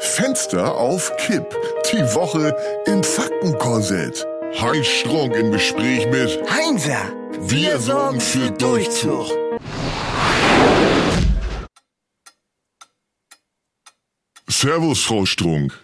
Fenster auf Kipp. Die Woche im Faktenkorsett. Heinz Strunk im Gespräch mit Heinzer, wir sorgen für Durchzug. Servus, Frau Strunk.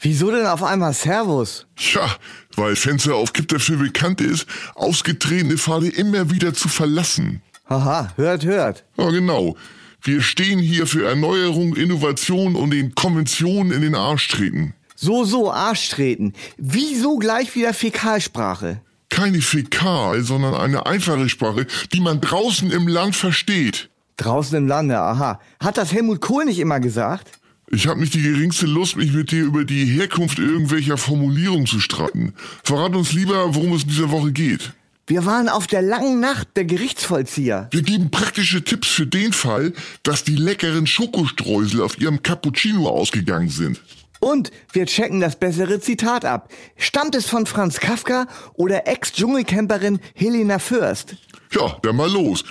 Wieso denn auf einmal Servus? Ja, weil Fenster auf Kipp dafür bekannt ist, ausgetretene Pfade immer wieder zu verlassen. Haha, hört, hört. Ja, genau. Wir stehen hier für Erneuerung, Innovation und den Konventionen in den Arsch treten. So, so, Arsch treten. Wieso gleich wieder Fäkalsprache? Keine Fäkal, sondern eine einfache Sprache, die man draußen im Land versteht. Draußen im Lande, aha. Hat das Helmut Kohl nicht immer gesagt? Ich habe nicht die geringste Lust, mich mit dir über die Herkunft irgendwelcher Formulierungen zu streiten. Verrat uns lieber, worum es in dieser Woche geht. Wir waren auf der langen Nacht der Gerichtsvollzieher. Wir geben praktische Tipps für den Fall, dass die leckeren Schokostreusel auf ihrem Cappuccino ausgegangen sind. Und wir checken das bessere Zitat ab. Stammt es von Franz Kafka oder Ex-Dschungelcamperin Helena Fürst? Ja, dann mal los.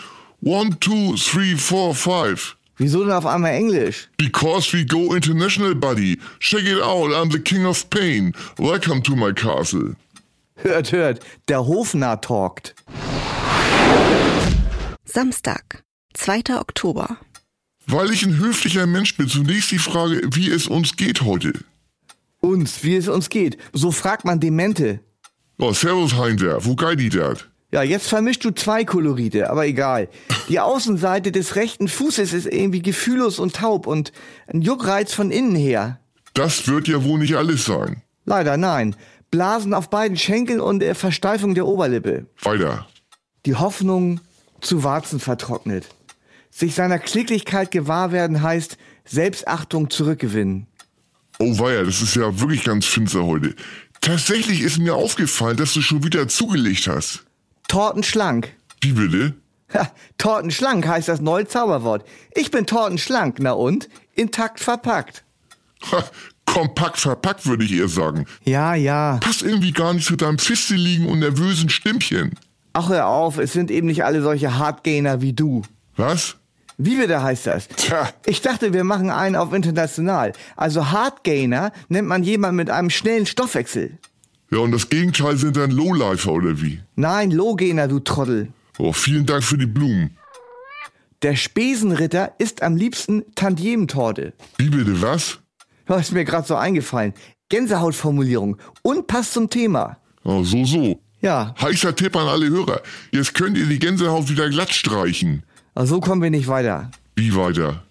One, two, three, four, five. Wieso denn auf einmal Englisch? Because we go international, buddy. Check it out, I'm the king of pain. Welcome to my castle. Hört, hört, der Hofnarr talkt. Samstag, 2. Oktober. Weil ich ein höflicher Mensch bin, zunächst die Frage, wie es uns geht heute. Uns, wie es uns geht. So fragt man Demente. Oh, servus Heinzer, wo geht die dat? Ja, jetzt vermischst du zwei Kolorite, aber egal. Die Außenseite des rechten Fußes ist irgendwie gefühllos und taub und ein Juckreiz von innen her. Das wird ja wohl nicht alles sein. Leider nein. Blasen auf beiden Schenkeln und äh, Versteifung der Oberlippe. Weiter. Die Hoffnung zu Warzen vertrocknet. Sich seiner Klicklichkeit gewahr werden heißt Selbstachtung zurückgewinnen. Oh weia, das ist ja wirklich ganz finster heute. Tatsächlich ist mir aufgefallen, dass du schon wieder zugelegt hast. Tortenschlank. Wie bitte? Ha, tortenschlank heißt das neue Zauberwort. Ich bin tortenschlank, na und? Intakt verpackt. Ha, kompakt verpackt, würde ich eher sagen. Ja, ja. Passt irgendwie gar nicht zu deinem fisteligen und nervösen Stimmchen. Ach, hör auf, es sind eben nicht alle solche Hardgainer wie du. Was? Wie bitte heißt das? Tja. Ich dachte, wir machen einen auf international. Also Hardgainer nennt man jemanden mit einem schnellen Stoffwechsel. Ja, und das Gegenteil sind dann Lowlifer oder wie? Nein, Lowgainer, du Trottel. Oh, vielen Dank für die Blumen. Der Spesenritter isst am liebsten Tantiementorte. Wie bitte was? Das ist mir gerade so eingefallen. Gänsehautformulierung. Und passt zum Thema. Oh, so, so. Ja, Heißer Tipp an alle Hörer. Jetzt könnt ihr die Gänsehaut wieder glatt streichen. also so kommen wir nicht weiter. Wie weiter?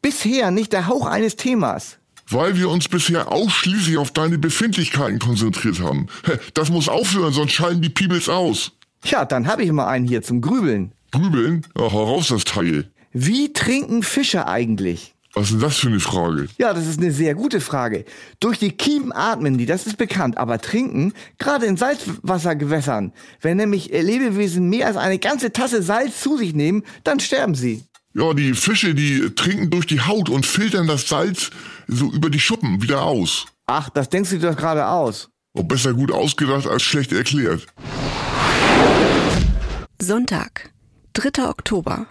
Bisher nicht der Hauch eines Themas. Weil wir uns bisher ausschließlich auf deine Befindlichkeiten konzentriert haben. Hä, Das muss aufhören, sonst scheiden die Peebles aus. Tja, dann habe ich mal einen hier zum Grübeln. Grübeln? Ach, heraus das Teil. Wie trinken Fische eigentlich? Was ist denn das für eine Frage? Ja, das ist eine sehr gute Frage. Durch die Kiemen atmen die, das ist bekannt, aber trinken, gerade in Salzwassergewässern, wenn nämlich äh, Lebewesen mehr als eine ganze Tasse Salz zu sich nehmen, dann sterben sie. Ja, die Fische, die trinken durch die Haut und filtern das Salz so über die Schuppen wieder aus. Ach, das denkst du dir doch gerade aus. Oh, besser gut ausgedacht als schlecht erklärt. Sonntag, 3. Oktober.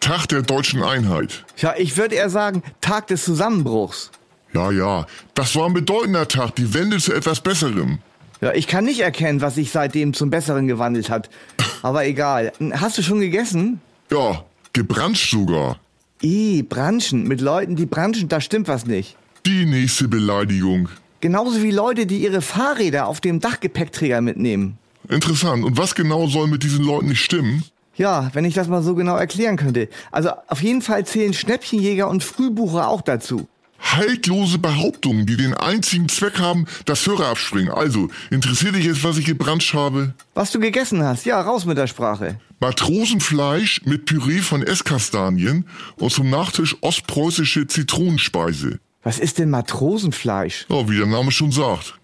Tag der deutschen Einheit. Tja, ich würde eher sagen, Tag des Zusammenbruchs. Ja, ja, das war ein bedeutender Tag, die Wende zu etwas Besserem. Ja, ich kann nicht erkennen, was sich seitdem zum Besseren gewandelt hat. Aber egal. Hast du schon gegessen? Ja, gebrannt sogar. Eh, Branchen. Mit Leuten, die branchen, da stimmt was nicht. Die nächste Beleidigung. Genauso wie Leute, die ihre Fahrräder auf dem Dachgepäckträger mitnehmen. Interessant. Und was genau soll mit diesen Leuten nicht stimmen? Ja, wenn ich das mal so genau erklären könnte. Also auf jeden Fall zählen Schnäppchenjäger und Frühbucher auch dazu. Haltlose Behauptungen, die den einzigen Zweck haben, dass Hörer abspringen. Also, interessiert dich jetzt, was ich gebrannt habe? Was du gegessen hast, ja, raus mit der Sprache. Matrosenfleisch mit Püree von Esskastanien und zum Nachtisch ostpreußische Zitronenspeise. Was ist denn Matrosenfleisch? Ja, wie der Name schon sagt.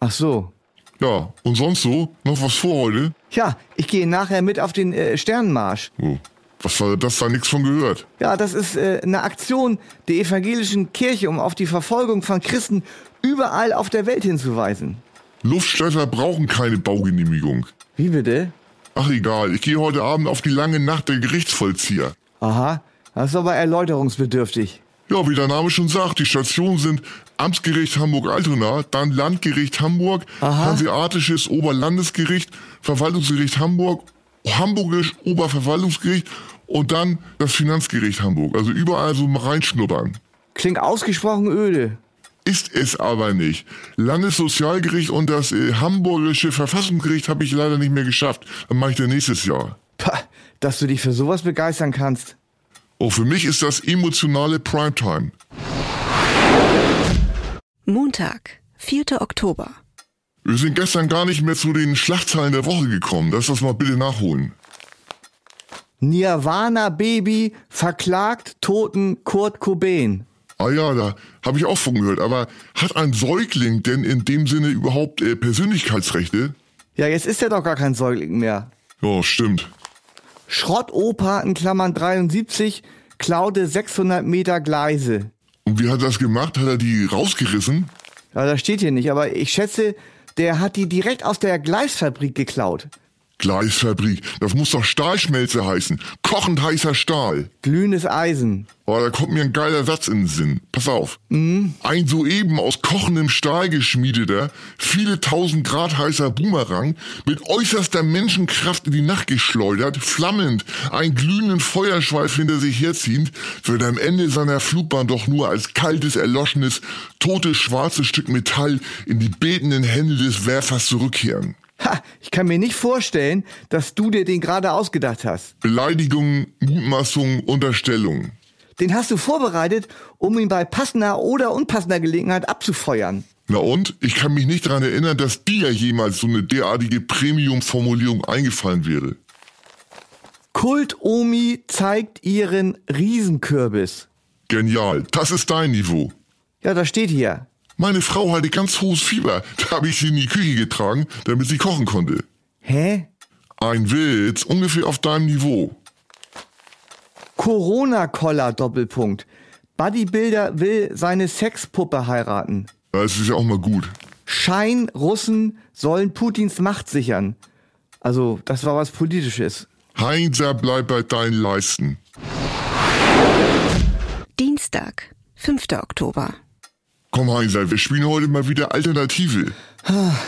Ach so. Ja, und sonst so? Noch was vor heute? Ja, ich gehe nachher mit auf den äh, Sternenmarsch. Oh, was war das? Da nix von gehört. Ja, das ist äh, eine Aktion der evangelischen Kirche, um auf die Verfolgung von Christen überall auf der Welt hinzuweisen. Luftstädter brauchen keine Baugenehmigung. Wie bitte? Ach egal, ich gehe heute Abend auf die lange Nacht der Gerichtsvollzieher. Aha, das ist aber erläuterungsbedürftig. Ja, wie der Name schon sagt, die Stationen sind Amtsgericht Hamburg-Altona, dann Landgericht Hamburg, Hanseatisches Oberlandesgericht, Verwaltungsgericht Hamburg, Hamburgisch Oberverwaltungsgericht und dann das Finanzgericht Hamburg. Also überall so mal reinschnuppern. Klingt ausgesprochen öde. Ist es aber nicht. Landessozialgericht und das äh, Hamburgische Verfassungsgericht habe ich leider nicht mehr geschafft. Dann mache ich dann nächstes Jahr. Pah, dass du dich für sowas begeistern kannst. Oh, für mich ist das emotionale Primetime. Montag, 4. Oktober. Wir sind gestern gar nicht mehr zu den Schlagzeilen der Woche gekommen. Lass das mal bitte nachholen. Nirvana Baby verklagt Toten Kurt Cobain. Ah ja, da habe ich auch von gehört. Aber hat ein Säugling denn in dem Sinne überhaupt äh, Persönlichkeitsrechte? Ja, jetzt ist er doch gar kein Säugling mehr. Ja, stimmt. Schrottoper in Klammern 73 klaute 600 Meter Gleise. Und wie hat er das gemacht? Hat er die rausgerissen? Ja, das steht hier nicht, aber ich schätze, der hat die direkt aus der Gleisfabrik geklaut. Gleisfabrik. Das muss doch Stahlschmelze heißen. Kochend heißer Stahl. Glühendes Eisen. Oh, da kommt mir ein geiler Satz in den Sinn. Pass auf. Ein soeben aus kochendem Stahl geschmiedeter, viele tausend Grad heißer Boomerang, mit äußerster Menschenkraft in die Nacht geschleudert, flammend, einen glühenden Feuerschweif hinter sich herziehend, wird am Ende seiner Flugbahn doch nur als kaltes, erloschenes, totes, schwarzes Stück Metall in die betenden Hände des Werfers zurückkehren. Ha, ich kann mir nicht vorstellen, dass du dir den gerade ausgedacht hast. Beleidigungen, Mutmaßungen, Unterstellungen. Den hast du vorbereitet, um ihn bei passender oder unpassender Gelegenheit abzufeuern. Na und? Ich kann mich nicht daran erinnern, dass dir jemals so eine derartige Premium-Formulierung eingefallen wäre. Kult-Omi zeigt ihren Riesenkürbis. Genial, das ist dein Niveau. Ja, das steht hier. Meine Frau hatte ganz hohes Fieber. Da habe ich sie in die Küche getragen, damit sie kochen konnte. Hä? Ein Witz, ungefähr auf deinem Niveau. Corona-Koller Doppelpunkt. Bodybuilder will seine Sexpuppe heiraten. Das ist ja auch mal gut. Schein-Russen sollen Putins Macht sichern. Also, das war was Politisches. Heinzer, bleib bei deinen Leisten. Dienstag, 5. Oktober. Komm, Heinzer, wir spielen heute mal wieder Alternative.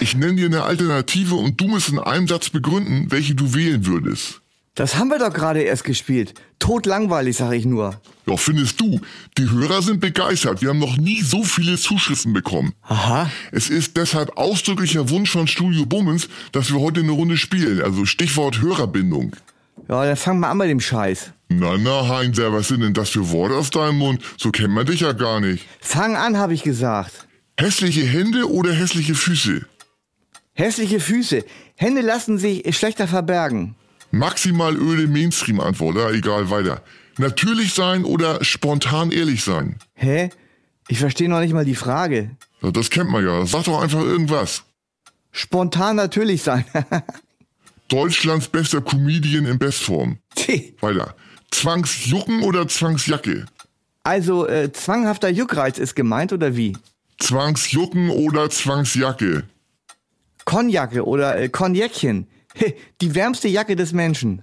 Ich nenne dir eine Alternative und du musst in einem Satz begründen, welche du wählen würdest. Das haben wir doch gerade erst gespielt. Totlangweilig, sag ich nur. Ja, findest du? Die Hörer sind begeistert. Wir haben noch nie so viele Zuschriften bekommen. Aha. Es ist deshalb ausdrücklicher Wunsch von Studio Bummens, dass wir heute eine Runde spielen. Also Stichwort Hörerbindung. Ja, dann fangen wir an mit dem Scheiß. Na, na, Heinzer, was sind denn das für Worte aus deinem Mund? So kennt man dich ja gar nicht. Fang an, habe ich gesagt. Hässliche Hände oder hässliche Füße? Hässliche Füße. Hände lassen sich schlechter verbergen. Maximal öde Mainstream-Antwort, ja, egal, weiter. Natürlich sein oder spontan ehrlich sein? Hä? Ich verstehe noch nicht mal die Frage. Ja, Das kennt man ja. Sag doch einfach irgendwas. Spontan natürlich sein. Deutschlands bester Comedian in Bestform. Tee. Weiter. Zwangsjucken oder Zwangsjacke? also, äh, zwanghafter Juckreiz ist gemeint oder wie? Zwangsjucken oder Zwangsjacke? Konjacke oder äh, Konjäckchen. Heh, Die wärmste Jacke des Menschen.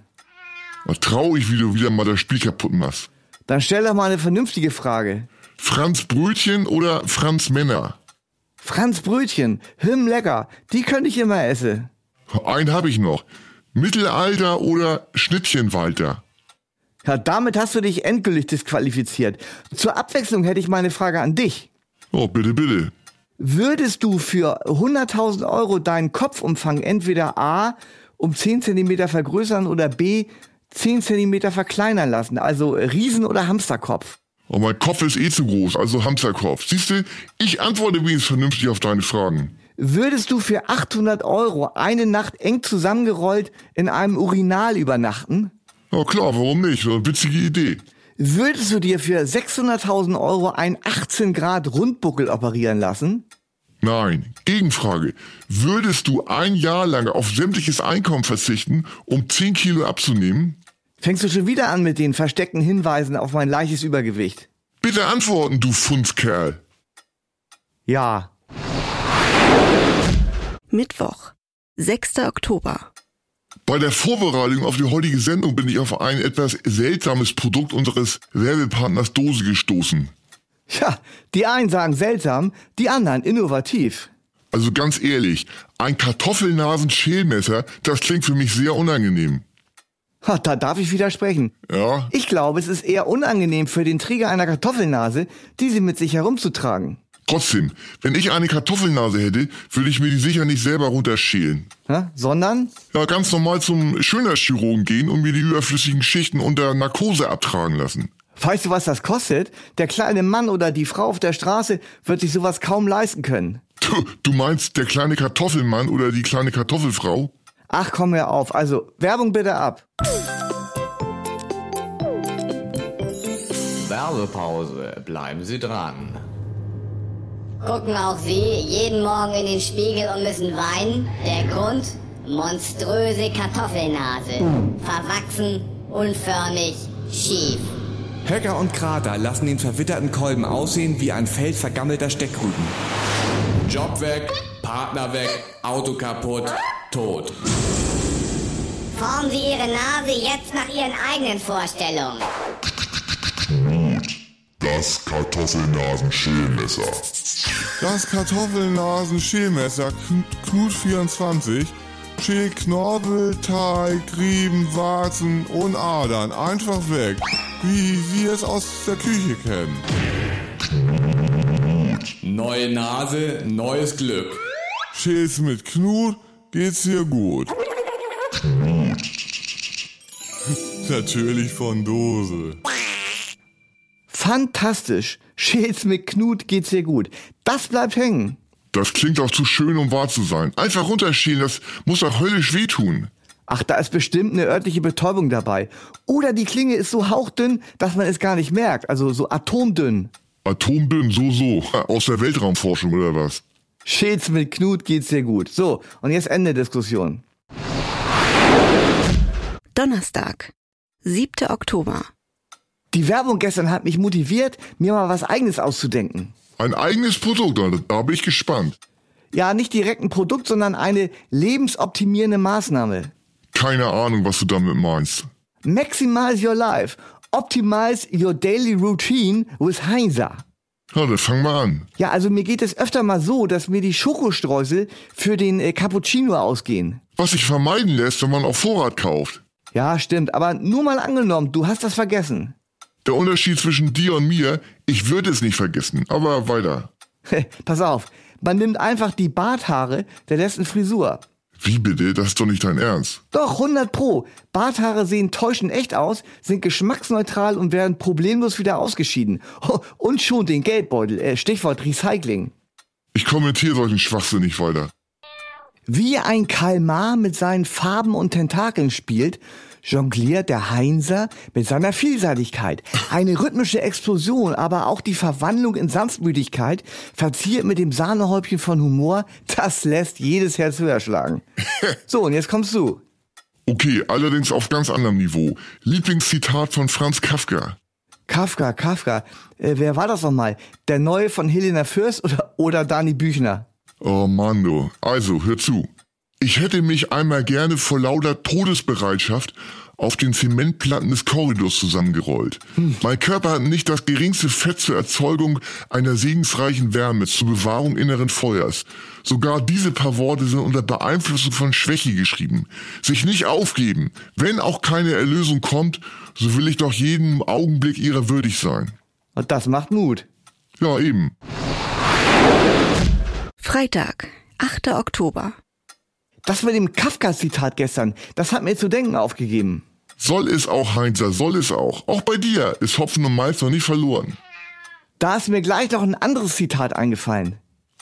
Na, Traurig, wie du wieder mal das Spiel kaputt machst. Dann stell doch mal eine vernünftige Frage. Franz Brötchen oder Franz Männer? Franz Brötchen, Him lecker, die könnte ich immer essen. Einen habe ich noch. Mittelalter oder Schnittchenwalter? Ja, damit hast du dich endgültig disqualifiziert. Zur Abwechslung hätte ich meine Frage an dich. Oh, bitte, bitte. Würdest du für 100.000 Euro deinen Kopfumfang entweder A um 10 Zentimeter vergrößern oder B 10 Zentimeter verkleinern lassen? Also Riesen- oder Hamsterkopf? Oh, mein Kopf ist eh zu groß, also Hamsterkopf. Siehst du, ich antworte wenigstens vernünftig auf deine Fragen. Würdest du für 800 Euro eine Nacht eng zusammengerollt in einem Urinal übernachten? Ja Oh, klar, warum nicht? Ja, Witzige Idee. Würdest du dir für 600.000 Euro einen 18 Grad Rundbuckel operieren lassen? Nein, Gegenfrage. Würdest du ein Jahr lang auf sämtliches Einkommen verzichten, um 10 Kilo abzunehmen? Fängst du schon wieder an mit den versteckten Hinweisen auf mein leichtes Übergewicht? Bitte antworten, du Funzkerl. Ja. Mittwoch, 6. Oktober. Bei der Vorbereitung auf die heutige Sendung bin ich auf ein etwas seltsames Produkt unseres Werbepartners Dose gestoßen. Ja, die einen sagen seltsam, die anderen innovativ. Also ganz ehrlich, ein Kartoffelnasenschälmesser, das klingt für mich sehr unangenehm. Ha, da darf ich widersprechen. Ja, Ich glaube, es ist eher unangenehm für den Träger einer Kartoffelnase, diese mit sich herumzutragen. trotzdem, wenn ich eine Kartoffelnase hätte, würde ich mir die sicher nicht selber runterschälen. Ja? Sondern, Ja, ganz normal zum Schönheitschirurgen gehen und mir die überflüssigen Schichten unter Narkose abtragen lassen. weißt du, was das kostet? Der kleine Mann oder die Frau auf der Straße wird sich sowas kaum leisten können. Du, du meinst der kleine Kartoffelmann oder die kleine Kartoffelfrau? Ach, komm hör auf. Also, Werbung bitte ab. Werbepause. Bleiben Sie dran. Gucken auch Sie jeden Morgen in den Spiegel und müssen weinen? Der Grund? Monströse Kartoffelnase. Verwachsen, unförmig, schief. Höcker und Krater lassen den verwitterten Kolben aussehen wie ein Feld vergammelter Steckrüben. Job weg, Partner weg, Auto kaputt, tot. Formen Sie Ihre Nase jetzt nach Ihren eigenen Vorstellungen. Das Kartoffelnasenschälmesser. Das Kartoffelnasenschälmesser Kn- Knut 24 schält Knorpel, Teig, Rieben, Warzen und Adern einfach weg, wie Sie es aus der Küche kennen. Neue Nase, neues Glück. Schäl's mit Knut, geht's dir gut. Natürlich von Dose. Fantastisch. Schäls mit Knut geht's dir gut. Das bleibt hängen. Das klingt auch zu schön, um wahr zu sein. Einfach runterschälen, das muss doch höllisch wehtun. Ach, da ist bestimmt eine örtliche Betäubung dabei. Oder die Klinge ist so hauchdünn, dass man es gar nicht merkt. Also so atomdünn. Atomdünn, so, so. Aus der Weltraumforschung oder was? Schäls mit Knut geht's dir gut. So, und jetzt Ende Diskussion. Donnerstag, 7. Oktober. Die Werbung gestern hat mich motiviert, mir mal was eigenes auszudenken. Ein eigenes Produkt, da- da bin ich gespannt. Ja, nicht direkt ein Produkt, sondern eine lebensoptimierende Maßnahme. Keine Ahnung, was du damit meinst. Maximize your life. Optimize your daily routine with Heinza. Ja, dann fang mal an. Ja, also mir geht es öfter mal so, dass mir die Schokostreusel für den äh, Cappuccino ausgehen. Was sich vermeiden lässt, wenn man auf Vorrat kauft. Ja, stimmt, aber nur mal angenommen, du hast das vergessen. Der Unterschied zwischen dir und mir, ich würde es nicht vergessen, aber weiter. Pass auf, man nimmt einfach die Barthaare der letzten Frisur. Wie bitte? Das ist doch nicht dein Ernst. Doch, 100 pro. Barthaare sehen täuschend echt aus, sind geschmacksneutral und werden problemlos wieder ausgeschieden. Und schon den Geldbeutel, äh, Stichwort Recycling. Ich kommentiere solchen Schwachsinn nicht weiter. Wie ein Kalmar mit seinen Farben und Tentakeln spielt, jongliert der Heinzer mit seiner Vielseitigkeit. Eine rhythmische Explosion, aber auch die Verwandlung in Sanftmütigkeit, verziert mit dem Sahnehäubchen von Humor, das lässt jedes Herz höher schlagen. So, und jetzt kommst du. Okay, allerdings auf ganz anderem Niveau. Lieblingszitat von Franz Kafka. Kafka, Kafka. Äh, wer war das nochmal? Der neue von Helena Fürst oder, oder Dani Büchner? Oh Mann, du. Also, hör zu. Ich hätte mich einmal gerne vor lauter Todesbereitschaft auf den Zementplatten des Korridors zusammengerollt. Mein Körper hat nicht das geringste Fett zur Erzeugung einer segensreichen Wärme, zur Bewahrung inneren Feuers. Sogar diese paar Worte sind unter Beeinflussung von Schwäche geschrieben. Sich nicht aufgeben. Wenn auch keine Erlösung kommt, so will ich doch jeden Augenblick ihrer würdig sein. Und das macht Mut. Ja, eben. Freitag, 8. Oktober. Das mit dem Kafka-Zitat gestern, das hat mir zu denken aufgegeben. Soll es auch, Heinzer, soll es auch. Auch bei dir ist Hopfen und Malz noch nicht verloren. Da ist mir gleich noch ein anderes Zitat eingefallen.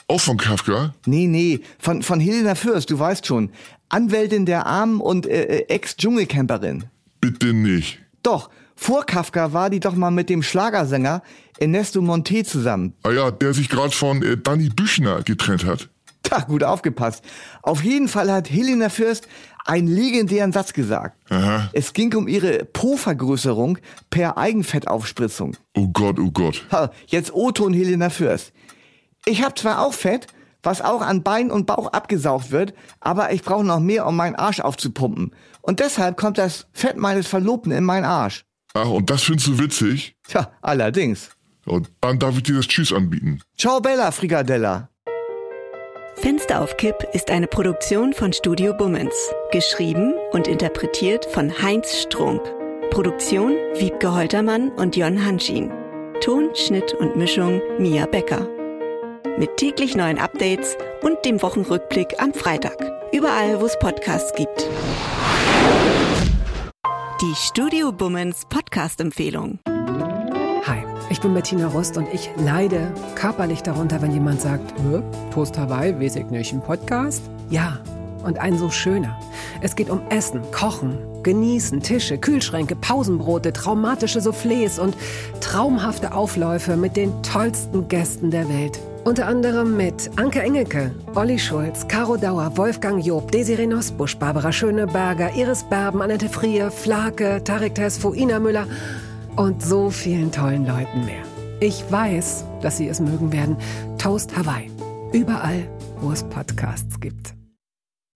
Auch von Kafka? Nee, nee, von, von Helena Fürst, du weißt schon. Anwältin der Armen und äh, äh, Ex-Dschungelcamperin. Bitte nicht. Doch, vor Kafka war die doch mal mit dem Schlagersänger Ernesto Monte zusammen. Ah ja, der sich gerade von äh, Danny Büchner getrennt hat. Da, gut aufgepasst. Auf jeden Fall hat Helena Fürst einen legendären Satz gesagt. Aha. Es ging um ihre Po-Vergrößerung per Eigenfettaufspritzung. Oh Gott, oh Gott. Ha, jetzt Otto und Helena Fürst. Ich hab zwar auch Fett, was auch an Bein und Bauch abgesaugt wird, aber ich brauche noch mehr, um meinen Arsch aufzupumpen. Und deshalb kommt das Fett meines Verlobten in meinen Arsch. Ach, und das findest du witzig? Tja, allerdings. Und dann darf ich dir das Tschüss anbieten. Ciao Bella, Frikadella. Fenster auf Kipp ist eine Produktion von Studio Bummens. Geschrieben und interpretiert von Heinz Strunk. Produktion Wiebke Holtermann und Jon Hanschin. Ton, Schnitt und Mischung Mia Becker. Mit täglich neuen Updates und dem Wochenrückblick am Freitag. Überall, wo es Podcasts gibt. Die Studio Bummens Podcast-Empfehlung. Hi, ich bin Bettina Rust und ich leide körperlich darunter, wenn jemand sagt, "Hä? Toast Hawaii, weiß ich nicht, ein Podcast? Ja, und ein so schöner. Es geht um Essen, Kochen, Genießen, Tische, Kühlschränke, Pausenbrote, traumatische Soufflés und traumhafte Aufläufe mit den tollsten Gästen der Welt. Unter anderem mit Anke Engelke, Olli Schulz, Caro Dauer, Wolfgang Job, Desiree Nosbusch, Barbara Schöneberger, Iris Berben, Annette Frier, Flake, Tarek Tesfu, Ina Müller und so vielen tollen Leuten mehr. Ich weiß, dass Sie es mögen werden. Toast Hawaii. Überall, wo es Podcasts gibt.